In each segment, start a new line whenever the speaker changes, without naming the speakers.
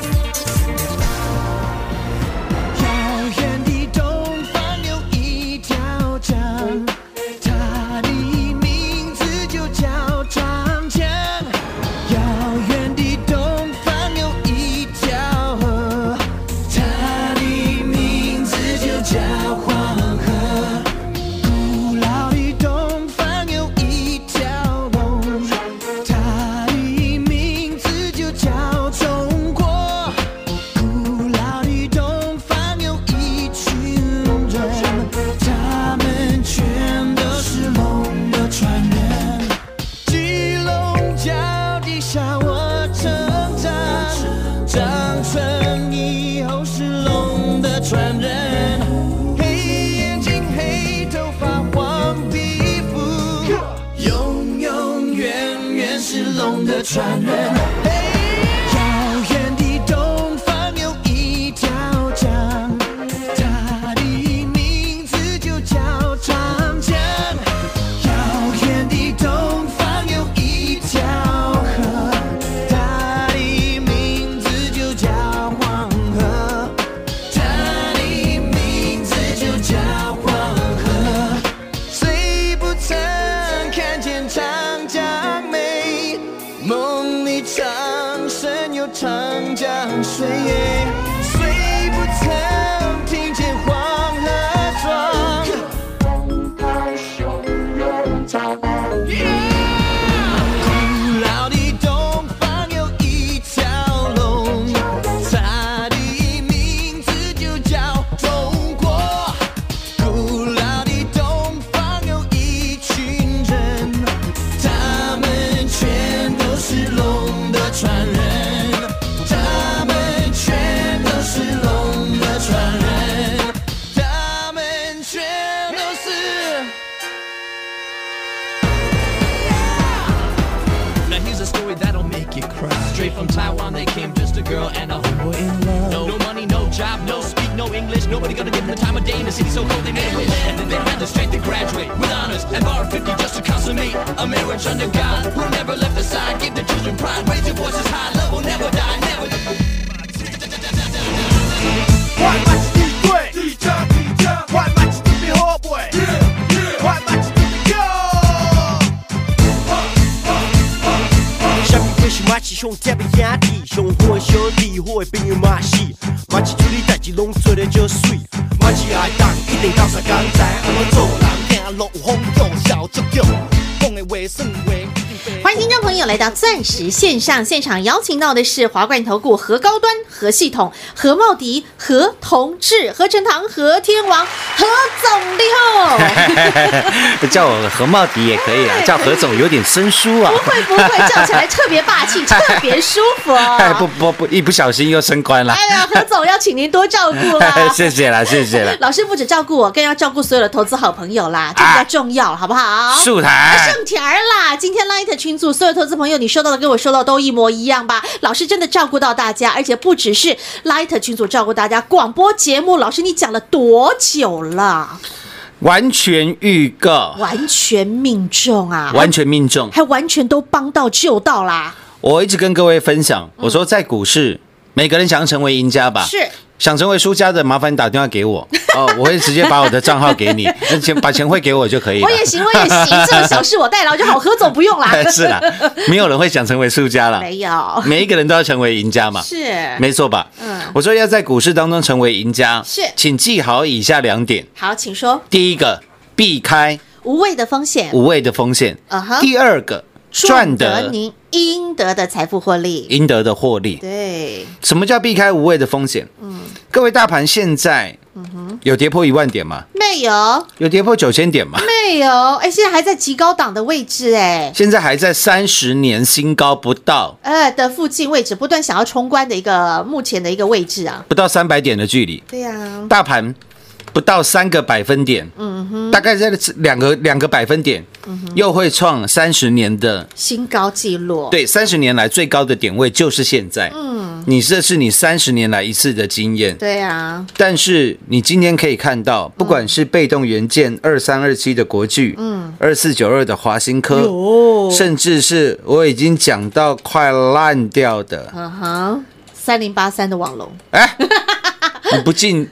远的东方有一条江，它的名字就叫长江。遥远的东方有一条河，它的名字就叫黄河。古老的东方有一条龙，它的名字就叫中国。古老的东方有一群人，他们全都是梦的传人。基隆脚底下我成长，长成以后是龙的传人。黑眼睛，黑头发，黄皮肤，永永远远是龙的传人。遥远的东方有一条江，它的名字就叫长江。遥远的东方有一条河，它的名字就叫黄河，它的名字就叫黄河。谁不曾看见长江美？梦里长生有长江水。谁不曾听见黄河壮？古老的东方有一条龙，它的名字就叫中国。古老的东方有一群人，他们全都是龙的传人，他们全都是龙的传人，他们全都是。
Now here's a story that'll make you cry. Straight from Taiwan, they came just a girl and a homeboy in love. No, no money, no job, no speak, no English. Nobody gonna give them the time of day in a city so cold they made a wish. And then they had the strength to graduate with honors and borrow 50 just to consummate a marriage under God who never left the side. Give the children pride, raise your voices high. Love will never die, never.
快迈起你的腿，快迈起你的后背，快迈起你的腰。
啥物开始嘛是上贴的兄弟，上好的小弟，好的朋友嘛是，嘛是处理代志拢做得足水，嘛是爱当一定到三工知安怎做人，行路有风度，笑足足，讲的话算话。
欢迎听众朋友来到钻石线上现场，邀请到的是华冠投顾何高端、何系统、何茂迪、何同志、何成堂、何天王、何总 六。
叫我何茂迪也可以啊，
对
叫何总有点生疏啊
不。会不会，叫起来特别霸气，特别舒 服
哎，
哦。
不不不，一不小心又升官了。。
哎啊呀，何总要请您多照顾啦
谢谢啦，谢 谢啦。
老师不止照顾我，更要照顾所有的投资好朋友
啊
啦，这比较重要，好不好？啊
树台，
上田儿啦！今天 Light 群组所有投资朋友，你收到的跟我收到都一模一样吧？老师真的照顾到大家，而且不只是 Light 群组照顾大家，广播节目老师你讲了多久了？
完全预告，
完全命中啊！
完全命中。
还完全都帮到救到啦！
我一直跟各位分享，我说在股市，每个人想成为赢家吧，
嗯是
想成为输家的，麻烦打电话给 我哦，我会直接把我的账号给你，那钱把钱汇给我就可以了
我。也行，我 也行，这种小事我代劳就好，何总不用啦。
是啦， 没有人会想成为输家啦，
没有，
每一个人都要成为赢家嘛。
是
没错吧？
嗯
我说要在股市当中成为赢家，
是
请记好以下两点：
好，请说
第一个，避开
无谓的风险，
无谓的风险
嗯哼
第二个，赚
得
得
您应得的财富获利。
赢得的获利。
对，
什么叫避开无谓的风险？嗯，各位，大盘现在有跌破一万点吗？
没有，
有跌破九千点吗？
没有，哎，现在还在极高档的位置，哎，
现在还在三十年新高不到，
呃的附近位置，不断想要冲关的一个目前的一个位置啊。
不到三百点的距离。
对呀、啊，
大盘
不到三个百分点，大概在两个两个百分点，又会创三十年的
新高纪录，，
对，三十年来最高的点位就是现在。嗯，你这是你三十年来一次的经验。
对啊，
但是你今天可以看到，不管是被动元件二三二七的国巨，嗯，二四九二的华新
哦
科，甚至是我已经讲到快烂掉的，
嗯哼，三零八三的网龙，
哎，你不禁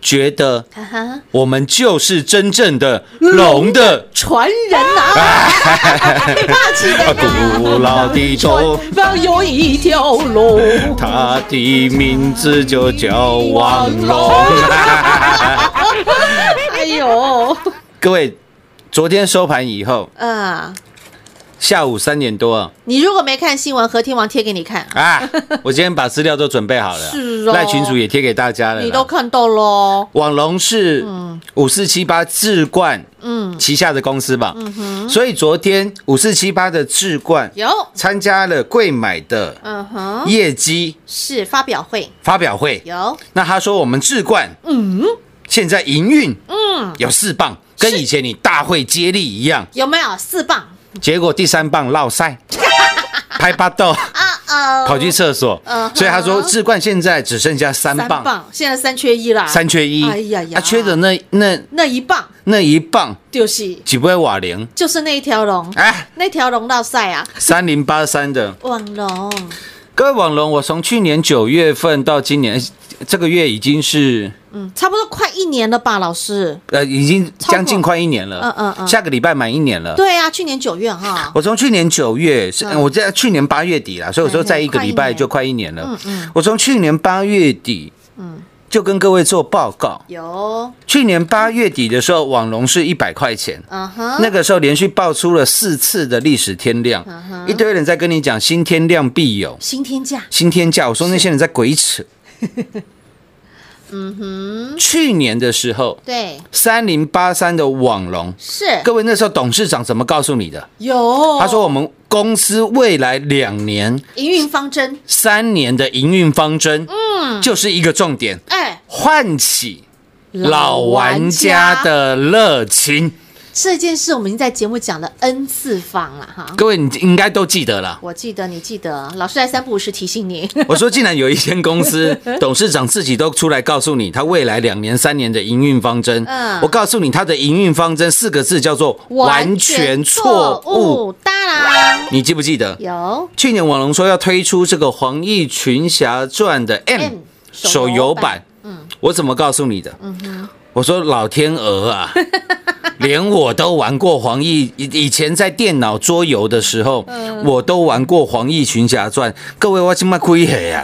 觉得
哈哈，
我们就是真正的龙的
传人啊，大气的
啊古老嗯啊的州，
方有一条龙，
它的名字就叫王 龙。
哎呦，
各位，昨天收盘以后，
啊，
下午三点多啊，
你如果没看新闻，和天王贴给你看，
啊，我今天把资料都准备好了，
是哦
赖群主也贴给大家了啦。
你都看嗯到喽，
网龙是五四七八智冠，嗯，旗下的公司吧，
嗯
所以昨天五四七八的智冠
有，
参加了贵买的
嗯哼，
业绩
是发表会
发表会，
有，
那他说我们智冠，嗯，现在营运，嗯，有四棒，跟以前你大会接力一样，
有没有四棒？
结果第三棒 落赛，拍巴豆。
啊
跑去厕所
嗯，哼
所以他说智冠现在只剩下三
三
棒，
棒，现在三缺一啦，
三缺一，
哎呀呀
他缺的那那
那一棒
那一棒
就是
几杯瓦零，
就是那一条龙，
哎，
那条龙绕赛啊，
三零八三的
网龙
各位网龙，我从去年九月份到今年哎这个月已经是
嗯，差不多快一年了吧，老师。
呃已经
超过
将近快一年了，
嗯嗯嗯
下个礼拜满一年了。
对啊，去年九月哈，
我从去年九月，是我在去年八月底啦，所以我说
嗯嗯
在一个
快一
礼拜
年嗯
就快一年了。我从去年八月底，就跟各位做报告。
有，
去年八月底的时候，网龙是一百块钱，
嗯哼，
那个时候连续爆出了四次的历史天量，一堆人在跟你讲新天量必有
新天价，
新天价，我说那些人在鬼扯。嗯哼，去年的时候，
对，
三零八三的网龙，
是
各位那时候董事长怎么告诉你的？
有。
他说我们公司未来两年、
营运方针，
三年的营运方针，嗯，就是一个重点，
哎，
唤起老玩家的热情。
这件事，我们已经在节目讲了 n 次方了哈。
各位，你应该都记得了。
我记得，你记得，老师在三不五时提醒你。
我说，竟然有一间公司董事长自己都出来告诉你，他未来两年、三年的营运方针。
嗯
我告诉你，他的营运方针四个字叫做“完全错误
误，当然”。
你记不记得？
有
去年网龙说要推出这个《黄奕群侠传》的 M,
M
手
手
游
游
版
版。
嗯，我怎么告诉你的？嗯我说老天鹅 啊，连我都玩过黄奕，以以前在电脑桌游的时候，我都玩过《黄奕群侠传》。各位，我今麦亏黑啊！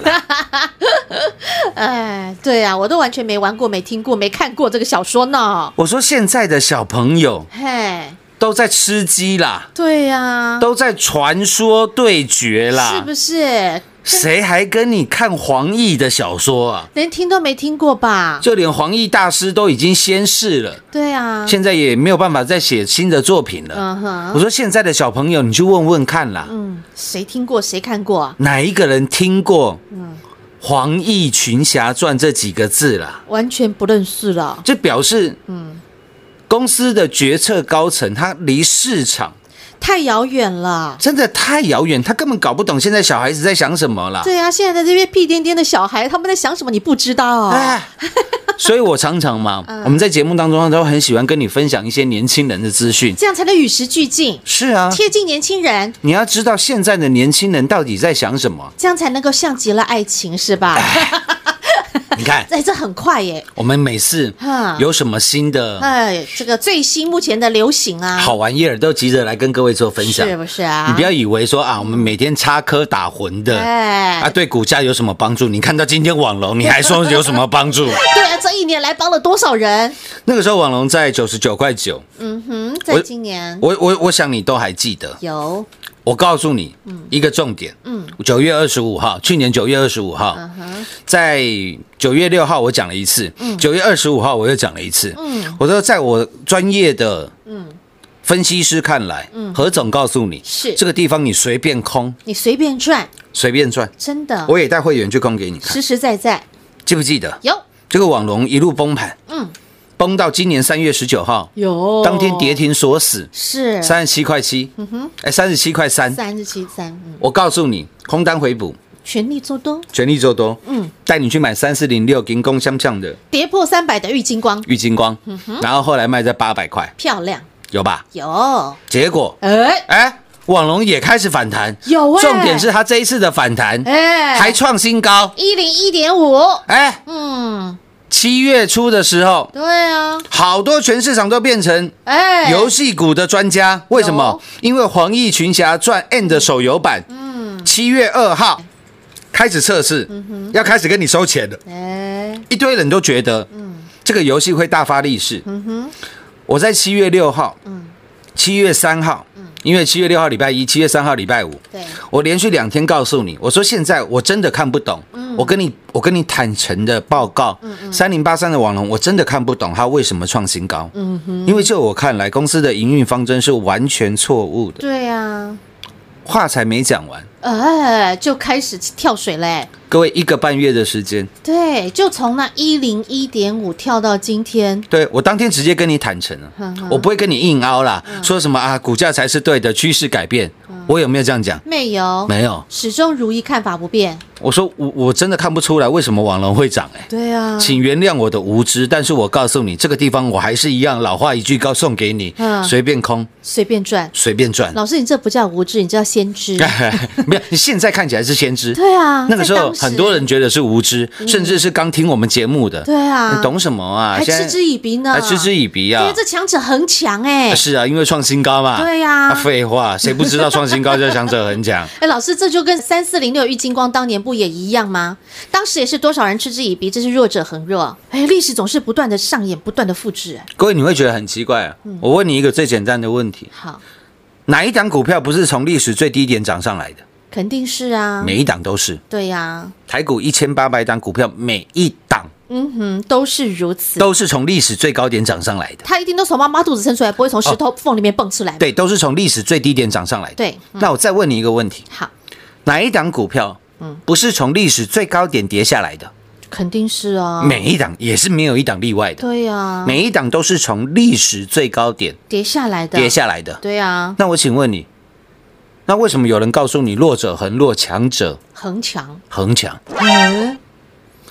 哎，对啊，我都完全没玩过、没听过、没看过这个小说呢。
我说现在的小朋友
嘿，
都在吃鸡啦，
对呀、
都在传说对决
是
啦，
不是？
谁还跟你看黄奕的小说啊？
连听都没听过吧？
就连黄奕大师都已经仙逝了，
对啊，
现在也没有办法再写新的作品了。
嗯哼，
我说现在的小朋友，你去问问看啦，
嗯，谁听过谁看过啊？
哪一个人听过《
嗯
黄奕群侠传》这几个字啦？
完全不认识了。
这表示，
嗯
公司的决策高层他离市场
太遥远了。
真的太遥远，他根本搞不懂现在小孩子在想什么啦。
对啊，现在在这边屁颠颠的小孩，他们在想什么？你不知道啊？
哎，所以我常常嘛，
嗯
我们在节目当中都很喜欢跟你分享一些年轻人的资讯。
这样才能与时俱进，
是啊，
贴近年轻人，
你要知道现在的年轻人到底在想什么。
这样才能够像极了爱情，是吧？
哎你看，
哎，这很快耶！
我们每次
哈
有什么新的
哎，这个最新目前的流行啊，
好玩意儿，都急着来跟各位做分享。
是不是啊？
你不要以为说啊，我们每天插科打诨的，
哎
啊，对股价有什么帮助？你看到今天网龙，你还说有什么帮 助？
对啊，这一年来帮了多少人？
那个时候网龙在九十九块九，
嗯哼，
我
在今年
我我我想你都还记得。
有
我告诉你，一个重点，嗯，九月二十五号，去年九月二十五号，在九月六号我讲了一次，九月二十五号我又讲了一次，嗯，我说在我专业的，分析师看来，何总告诉你，
是
这个地方你随便空，
你随便赚，
随便赚，
真的，
我也带会员去空给你看，
实实在在
记不记得？
有
这个网龙一路崩盘，
嗯，
崩到今年三月十九号，
有
当天跌停锁死
是
三十七块七，哎，三十七块三。
三十七三，嗯，
我告诉你，空单回补，
全力做多，
全力做多，
嗯，
带你去买三四零六银工相向的
跌破三百的玉金光，
玉金光，
嗯
然后后来卖在八百块，
漂亮，
有吧？
有，
结果，
哎
哎，网龙也开始反弹，
有哎
重点是它这一次的反弹，
哎，
还创新高，
一零一点五，
哎，
嗯，
七月初的时候，
对啊，
好多全市场都变成
哎，
游戏股的专家，为什么？因为《黄奕群侠传 N》的手游版，
嗯
七月二号开始测试，要开始跟你收钱了。
哎，
一堆人都觉得，这个游戏会大发利市。我在七月六号，七月三号，因为七月六号礼拜一，七月三号礼拜五，
对，
我连续两天告诉你，我说现在我真的看不懂。我跟你我跟你坦诚的报告，三零八三的网龙我真的看不懂它为什么创新高。因为就我看来，公司的营运方针是完全错误的。
对啊，
话才没讲完，
哎，就开始跳水嘞，
各位一个半月的时间，
对，就从那一零一点五跳到今天，
对我当天直接跟你坦诚了，
嗯
我不会跟你硬凹啦，说什么啊股价才是对的，趋势改变，
嗯
我有没有这样讲？
没有，
没有，
始终如一，看法不变，
我说我我真的看不出来为什么网龙会涨哎、
对啊
请原谅我的无知，但是我告诉你，这个地方我还是一样老话一句，告送给你，
嗯
随便空，
随便赚。
随便赚。
老师，你这不叫无知，你这叫先 知。
没有，你现在看起来是先 知，
对啊
那个时
在
候
当时嗯
很多人觉得是无知，甚至是刚听我们节目的，
对啊
你懂什么啊？
还
现在
嗤之以鼻呢，
还嗤之以鼻啊
因为这强者很强哎、
啊是啊，因为创新高嘛。啊
对呀
废话，谁不知道创新高就强者 很强？
哎，老师，这就跟三四零六玉金光当年不也一样吗？当时也是多少人嗤之以鼻，这是弱者恒弱。哎，历史总是不断的上演，不断的复制。哎，
各位你会觉得很奇怪啊。
嗯
我问你一个最简单的问题：
好，
哪一档股票不是从历史最低点涨上来的？
肯定是啊，
每一档都是。
对呀、
台股一千八百档股票，每一档
嗯哼，都是如此。
都是从历史最高点涨上来的。
他一定都从妈妈肚子生出来，不会从
哦
石头缝里面蹦出来。，
对，都是从历史最低点涨上来的。
对嗯
那我再问你一个问题：
好，
哪一档股票，
嗯
不是从历史最高点跌下来的？
肯定是啊，
每一档也是没有一档例外的，
对呀、
每一档都是从历史最高点
跌下来的，
跌，下来的。
对啊呀、
那我请问你，那为什么有人告诉你弱者恒弱，强者
很强，
恒强？
嗯，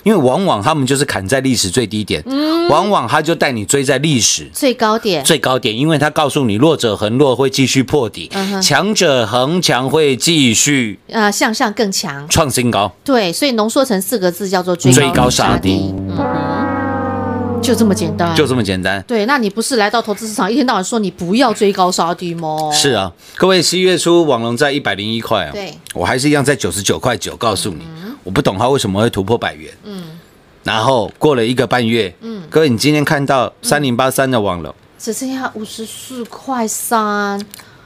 因为往往他们就是砍在历史最低点，
嗯
往往他就带你追在历史。
最高点，
最高点，因为他告诉你弱者恒弱会继续破底
嗯，哼
强者恒强会继续
呃，向上更强。
创新高。
对，所以浓缩成四个字叫做追
追高杀低
低，嗯哼，就这么简单。
就这么简单。
对，那你不是来到投资市场一天到晚说你不要追高杀低吗？
是啊，各位，七月初网龙在一百零一块啊，
对，嗯
我还是一样在九十九块九，告诉你，我不懂它为什么会突破百元，嗯，然后过了一个半月，嗯，各位，你今天看到三零八三的网龙，
只剩下五十四块三，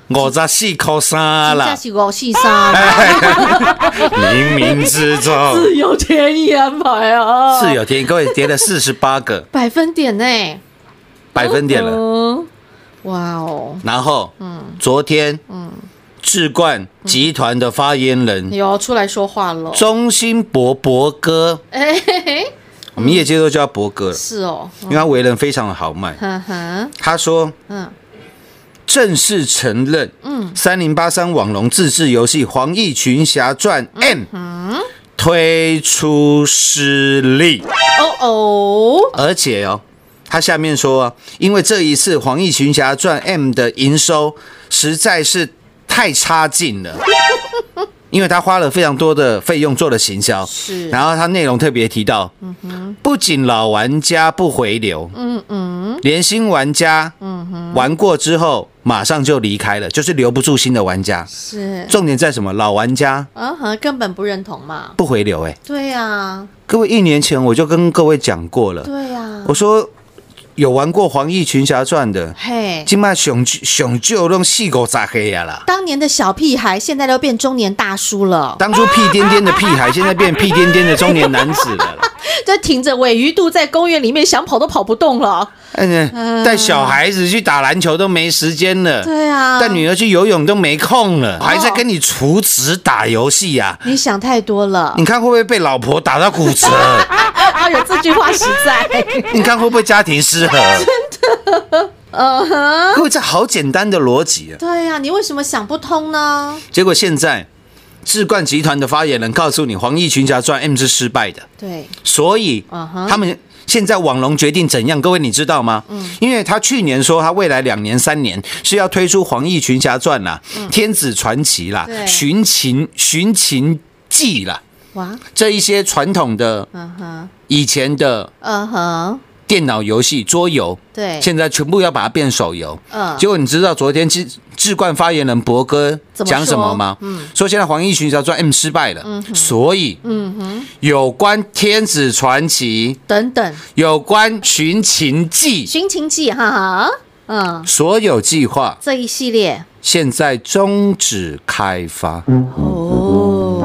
五十四块
嗯金
三
价
啊啦，
是五四三，
冥冥之中
有天意安排啊，
是有天，各位跌了四十八 个
百分点呢、
百分点了，
嗯，哇哦，
然后，嗯，昨天，嗯，智冠
嗯
集团的发言人
有出来说话了，
中兴博博哥，
哎、 嘿嘿，
我们业界都叫他博哥了。
是哦，
因为他为人非常的豪迈。
哼哼，
他说
嗯，
正式承认，嗯，三零八三网龙自制游戏《黄奕群侠传 M》推出失利，
哦哦，
而且哦，他下面说啊，因为这一次《黄奕群侠传 M》的营收实在是太差劲了。因为他花了非常多的费用做了行销，
是
然后他内容特别提到，不仅老玩家不回流，连新玩家，玩过之后马上就离开了，就是留不住新的玩家。
是，
重点在什么？老玩家
嗯哼，根本不认同嘛，
不回流、欸，
对呀、啊，
各位一年前我就跟各位讲过了，
对呀、啊
我，说有玩过《黄奕群侠传》的，
嘿。
今麦熊熊就弄细狗砸黑呀啊啦。
当年的小屁孩，现在都变中年大叔了，
当初屁颠颠的屁孩，现在变屁颠颠的中年男子了 啦。
这挺着尾鱼肚在公园里面想跑都跑不动了。
嗯，带小孩子去打篮球都没时间了，
对啊哦
带女儿去游泳都没空了，还在跟你厨子打游戏呀、
你想太多了，
你看会不会被老婆打到骨折？
哎呦，这句话实在，
你看会不会家庭失和？
嗯哼，
各位，这好简单的逻辑啊！
对呀、你为什么想不通呢？
结果现在智冠集团的发言人告诉你，黄奕群侠传 M 是失败的，
对，
所以
嗯哼
他们现在网龙决定怎样？各位你知道吗？
嗯
因为他去年说他未来两年三年是要推出《黄奕群侠传》啦，天子传奇》啦，
嗯对
《寻秦寻秦记》啦，
哇，
这一些传统的
嗯哼，
以前的
嗯哼，
电脑游戏桌游，
对
现在全部要把它变手游。
嗯
结果你知道昨天智智冠发言人博哥
怎么
讲什么吗？
说嗯，
说现在黄奕群要赚 M 失败了，所以，嗯哼，有关《天子传奇》、
等等，
有关《寻秦记》
寻情记，哈哈，嗯，
所有计划
这一系列，
现在终止开发。
哦，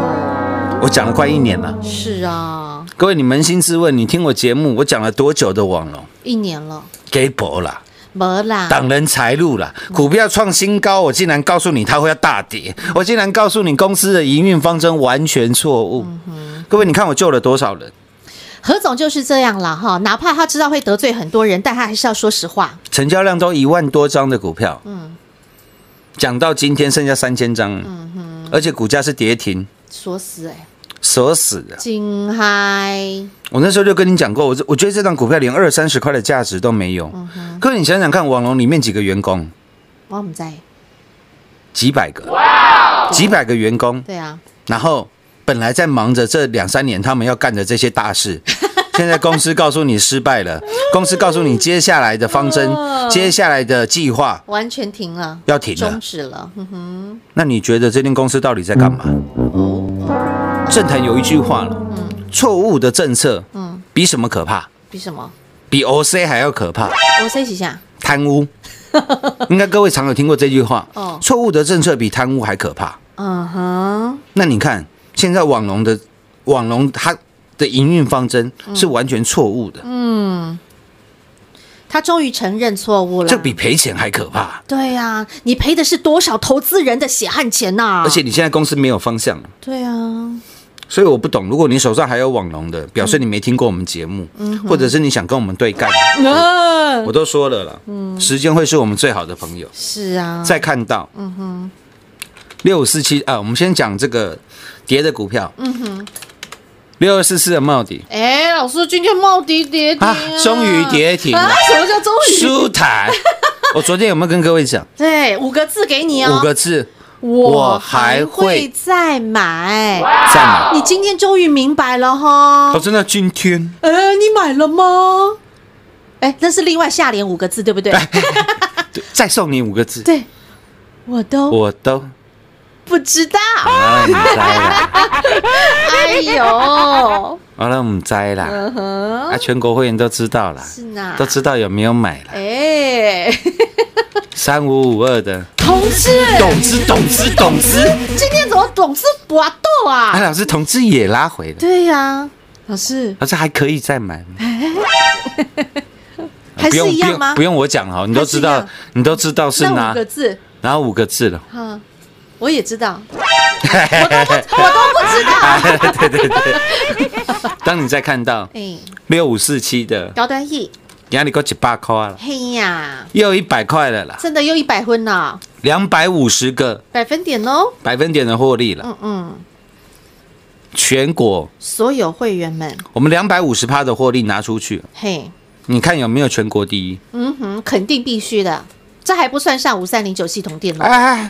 我讲了快一年了，
是啊，
各位你扪心自问，你听我节目我讲了多久的网龙？
一年了，
给博啦，
没啦，
挡人财路啦，股票创新高，我竟然告诉你它会要大跌，我竟然告诉你公司的营运方针完全错误。各位，你看我救了多少人？
何总就是这样啦，哈，哪怕他知道会得罪很多人，但他还是要说实话，
成交量都一万多张的股票，讲到今天剩下三千张，而且股价是跌停
说死哎、
锁死的。
金嗨，
我那时候就跟你讲过，我这我觉得这档股票连二三十块的价值都没有。各位，你想想看，网龙里面几个员工，
我们在，
几百个，几百个员工，
对啊，
然后本来在忙着这两三年他们要干的这些 大事，现在公司告诉你失败了，公司告诉你接下来的方针、接下来的计划
完全停了，
要停了
嗯终止了， 哼哼，
那你觉得这间公司到底在干嘛？政坛有一句话了，
嗯
错误的政策，比什么可怕？
比什么？
比 OC 还要可怕，
我休息一下，
贪污。 应该各位常有听过这句话
哦，
错误的政策比贪污还可怕。
嗯哼，
那你看现在网龙的网龙它的营运方针是完全错误的，
他终于承认错误了，
这比赔钱还可怕。
对呀、啊，你赔的是多少投资人的血汗钱呐、
而且你现在公司没有方向，
对啊，
所以我不懂。如果你手上还有网龙的，表示你没听过我们节目，或者是你想跟我们对干，
啊
我都说了啦，时间会是我们最好的朋友。
是啊，
再看到，嗯哼，六四七啊，我们先讲这个跌的股票，嗯哼，六二四四的茂 迪
哎，老师今天茂迪跌停、
啊，终于跌停
啊
了，！
什么叫终于？
舒坦。我昨天有没有跟各位讲
对，五个字给你哦，
五个字？
我
我还
还会
会
再买。
在哪？
你今天终于明白了哈
哦，！真的今天
哎，你买了吗？哎，那是另外下联五个字，对不对？
哎对再送你五个字，
对，哦我都
我都
不知道。
啊，唔知啦，
哎呦，嗯
我都唔知啦，啊，全国会员都知道啦，
哦是哪
都知道有没有买啦，
哎，
三五五二的，
同志，
董子董子董子，
今天怎么总是搏斗
啊，
啊？
老师同志也拉回了，
对呀，老师
老师还可以再买吗？
还
不
是
用
一
不
样
用
吗
不？用我讲哈，你都知
还是一
道
样，
你都知道是
那
哪
五个字，
哪五个字了，
哈，我也知道，我都不我都不知道。
对对对。当你再看到
哎，
六五四七的，
高端 E，
压力够一百块了，
嘿呀，
又一百块了啦，
真的又一百分了，
两百五十个
百分点哦。
百分点的获利了，
嗯嗯，
全国
所有会员们，
我们两百五十趴的获利拿出去，
嘿，
你看有没有全国第一？
嗯哼，肯定必须的。这还不算上五三零九系统电哦，
哎，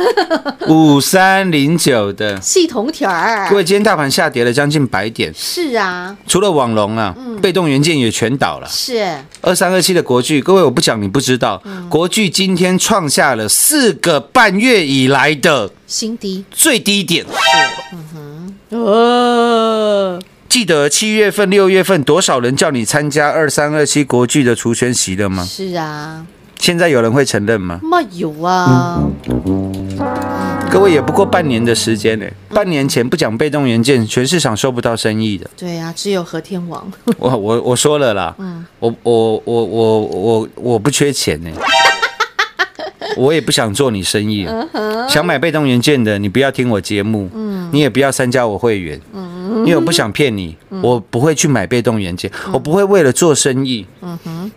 五三零九的，
系统条儿
各。位，今天大盘下跌了将近百点，
是啊，
除了网龙啊，被动元件也全倒了。
是
二三二七的国巨，各位我不讲你不知道，国巨今天创下了四个半月以来的
新低
最低点。
哦，
记得七月份、六月份多少人叫你参加二三二七国巨的除权席了吗？
是啊，
现在有人会承认吗？
没有啊，
嗯各位也不过半年的时间呢、半年前不讲被动元件，全市场收不到生意的。
对啊，只有和天王，
我我我说了啦，我我我我我我不缺钱呢、我也不想做你生意，想买被动元件的，你不要听我节目，你也不要参加我会员，因为我不想骗你，我不会去买被动元件，我不会为了做生意，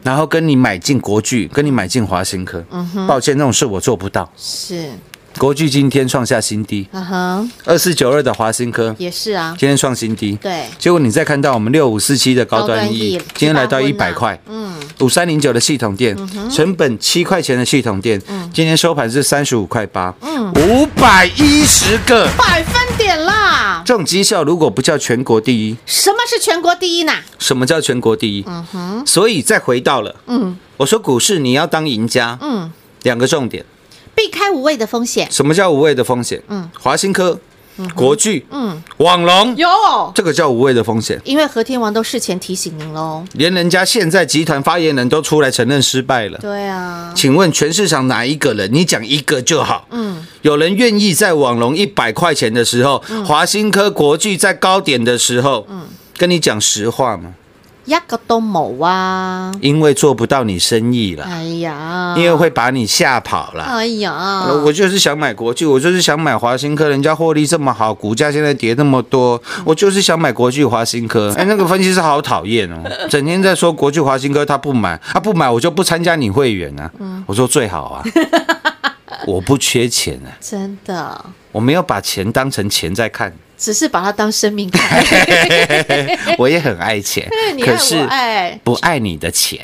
然后跟你买进国巨，跟你买进华新科。抱歉，那种事我做不到。
是，
国巨今天创下新低，
嗯哼，
二四九二的华新科
也是啊，
今天创新低。
对
结果你再看到我们六五四七的高端
高
E，
端 E，
今天来到一
一般
百
温啊
块，嗯，五三零九的系统店，成本七块钱的系统店，今天收盘是三十五块八，嗯，五百一十个，
百分点啦。
这种绩效如果不叫全国第一，
什么是全国第一呢？
什么叫全国第一？嗯哼，所以再回到了，嗯，我说股市你要当赢家，嗯，两个重点，
避开无谓的风险。
什么叫无谓的风险？嗯，华新科、国巨、嗯，网龙，
有，
这个叫无谓的风险。
因为和天王都事前提醒您喽。
连人家现在集团发言人都出来承认失败了。
对啊，
请问全市场哪一个人？你讲一个就好。嗯，有人愿意在网龙一百块钱的时候，华新科、国巨在高点的时候，嗯，跟你讲实话吗？
一个都冇啊。
因为做不到你生意了，
哎呀，
因为会把你吓跑了。
哎呀，
呃我就是想买国巨，我就是想买华新科，人家获利这么好，股价现在跌那么多，我就是想买国巨华新科。哎，那个分析师好讨厌哦， 整天在说国巨华新科他不买，他、不买我就不参加你会员啊。
嗯
我说最好 啊，我不缺钱啊，
真的
我没有把钱当成钱 在看，
只是把它当生命 看。，
我也很爱钱
你爱
可
我
是
爱
不爱你的钱，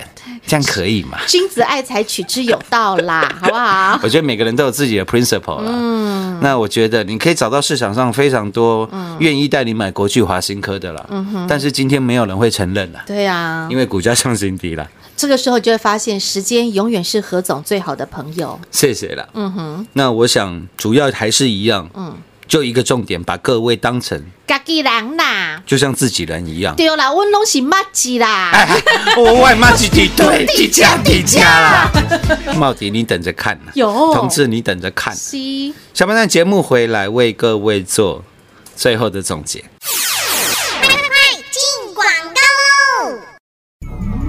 这样可以吗？
君子爱财，取之有道 啦，好不好？
我觉得每个人都有自己的 principle 啦。嗯，那我觉得你可以找到市场上非常多愿意带你买国巨、华新科的啦。嗯但是今天没有人会承认啦，
对啊
因，为股价创新低啦。
这个时候就会发现，时间永远是何总最好的朋友。
谢谢啦。嗯哼。那我想主要还是一样，嗯，就一个重点，把各位当成
家己人啦，
就像自己人一样。
对啦，我拢是麦子啦。
哎，我外妈是敌对，敌家敌家 啦。茂迪，你等着看呐。
有
同志，你等着看。
C
下半段节目回来为各位做最后的总结。
进广告喽。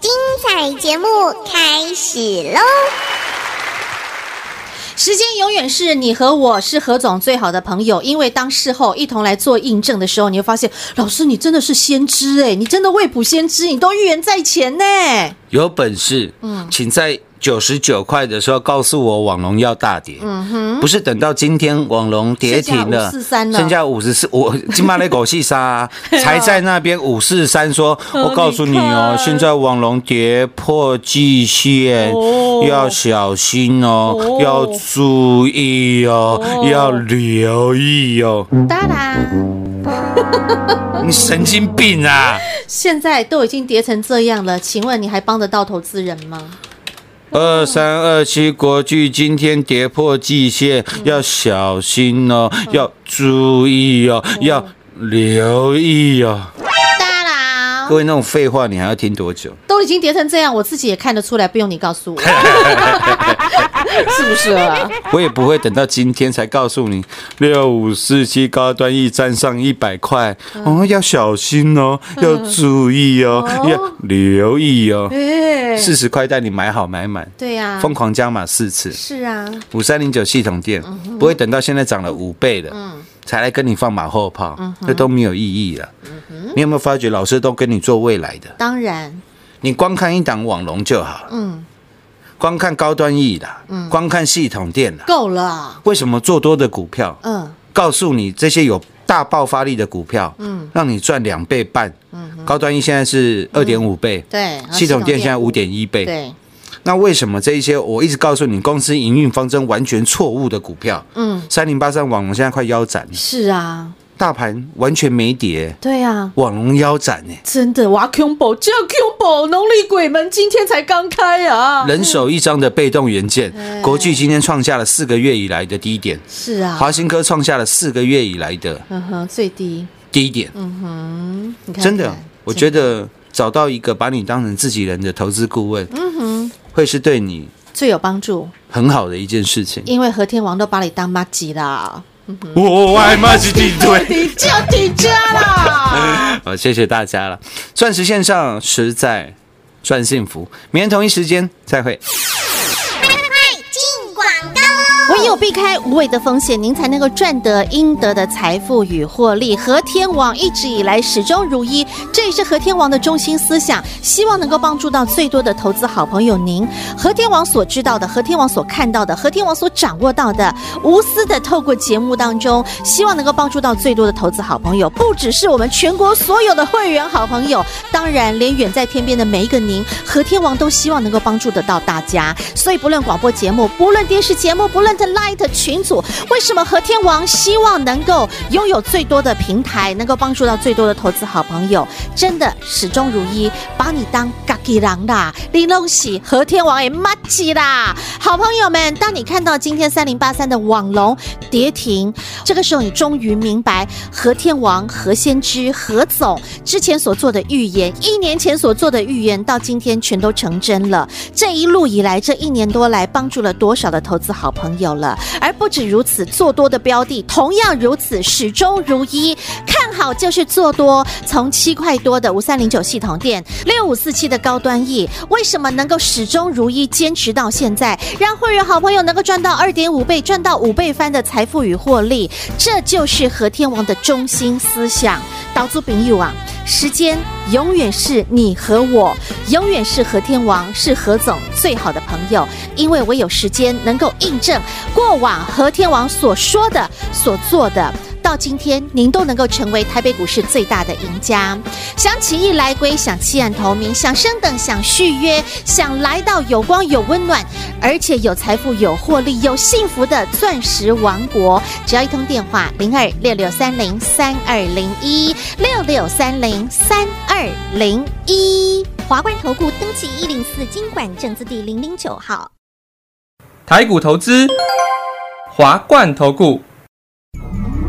精彩节目开始喽！
时间永远是你和我是何总最好的朋友，因为当事后一同来做印证的时候，你会发现，老师你真的是先知哎，你真的未卜先知，你都预言在前呢。
有本事，请在九十九块的时候告诉我网龙要大跌，不是等到今天网龙跌停了，
剩下543了
嗯剩下五十四，我 金马那狗戏 杀啊才在那边五四三说，我告诉你哦，现在网龙跌破季线，要小心哦，要注意哦，要留意哦，
当然，
你神经病啊！
现在都已经跌成这样了，请问你还帮得到投资人吗？
二三二七国巨今天跌破季线，要小心哦，要注意哦，要留意哦。
当然，
各位那种废话，你还要听多久？
都已经跌成这样，我自己也看得出来，不用你告 诉我，是不是 啊？
我也不会等到今天才告诉你，六五四七高端 E 站上一百块，哦，要小心哦，要注意哦，要留意哦。
哎，
四十块带你买好买满，
对啊呀、
疯狂加码四次。
是啊，
五三零九系统店，不会等到现在涨了五倍了，才来跟你放马后炮，这都没有意义了。你有没有发觉老师都跟你做未来的？
当然，
你光看一档网龙就好，
嗯，
光看高端 E 的，光看系统店的，
够了，
为什么做多的股票
嗯，
告诉你这些有大爆发力的股票，嗯，让你赚两倍半，嗯，高端一现在是二点五倍，
嗯对然后系
系统
统电
店现在五点一倍，
对，
那为什么这一些我一直告诉你公司营运方针完全错误的股票，
嗯，
三零八三网龙现在快腰斩了，
是啊，
大盘完全没跌，
对啊，
网龙腰斩欸呢，
真的哇，combo 这 combo 农历鬼门今天才刚开啊，
人手一张的被动元件，
哎
国巨今天创下了四个月以来的低点，
是啊，
华新科创下了四个月以来的
嗯哼，最低，
低点，
你嗯看
真的
看，
我觉得找到一个把你当成自己人的投资顾问，嗯哼，会是对你
最有帮助，
很好的一件事情。
因为和天王都把你当妈吉啦，嗯
我爱马吉地对，
你就你家啦，
好，谢谢大家了。钻石线上实在赚幸福，明天同一时间再会。
进广告。哦
唯有避开无谓的风险，您才能够赚得应得的财富与获利。和天王一直以来始终如一，这也是和天王的中心思想，希望能够帮助到最多的投资好朋友您。和天王所知道的，和天王所看到的，和天王所掌握到的，无私的透过节目当中，希望能够帮助到最多的投资好朋友，不只是我们全国所有的会员好朋友，当然连远在天边的每一个您，和天王都希望能够帮助得到大家。所以不论广播节目，不论电视节目，不论的 Light 群组，为什么和天王希望能够拥有最多的平台，能够帮助到最多的投资好朋友？真的始终如一，把你当嘎吉郎啦，你弄喜和天王也妈吉啦！好朋友们，当你看到今天三零八三的网龙跌停，这个时候你终于明白和天王、何先知、何总之前所做的预言，一年前所做的预言，到今天全都成真了。这一路以来，这一年多来，帮助了多少的投资好朋友了？而不止如此，做多的标的同样如此，始终如一。看好就是做多，从七块多的五三零九系统店，六五四七的高端 E，为什么能够始终如一坚持到现在，让会员好朋友能够赚到二点五倍，赚到五倍翻的财富与获利？这就是和天王的中心思想。岛主丙友啊，时间永远是你和我，永远是和天王，是何总最好的朋友，因为我有时间能够印证过往和天王所说的、所做的。到今天，您都能够成为台北股市最大的赢家。想起义来归，想弃暗投明，想升等，想续约，想来到有光有温暖，而且有财富、有获利、有幸福的钻石王国。只要一通电话，零二六六三零三二零一六六三零三二零一。
华冠投顾登记一零四经管证字第零零九号。
台股投资，华冠投顾。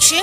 全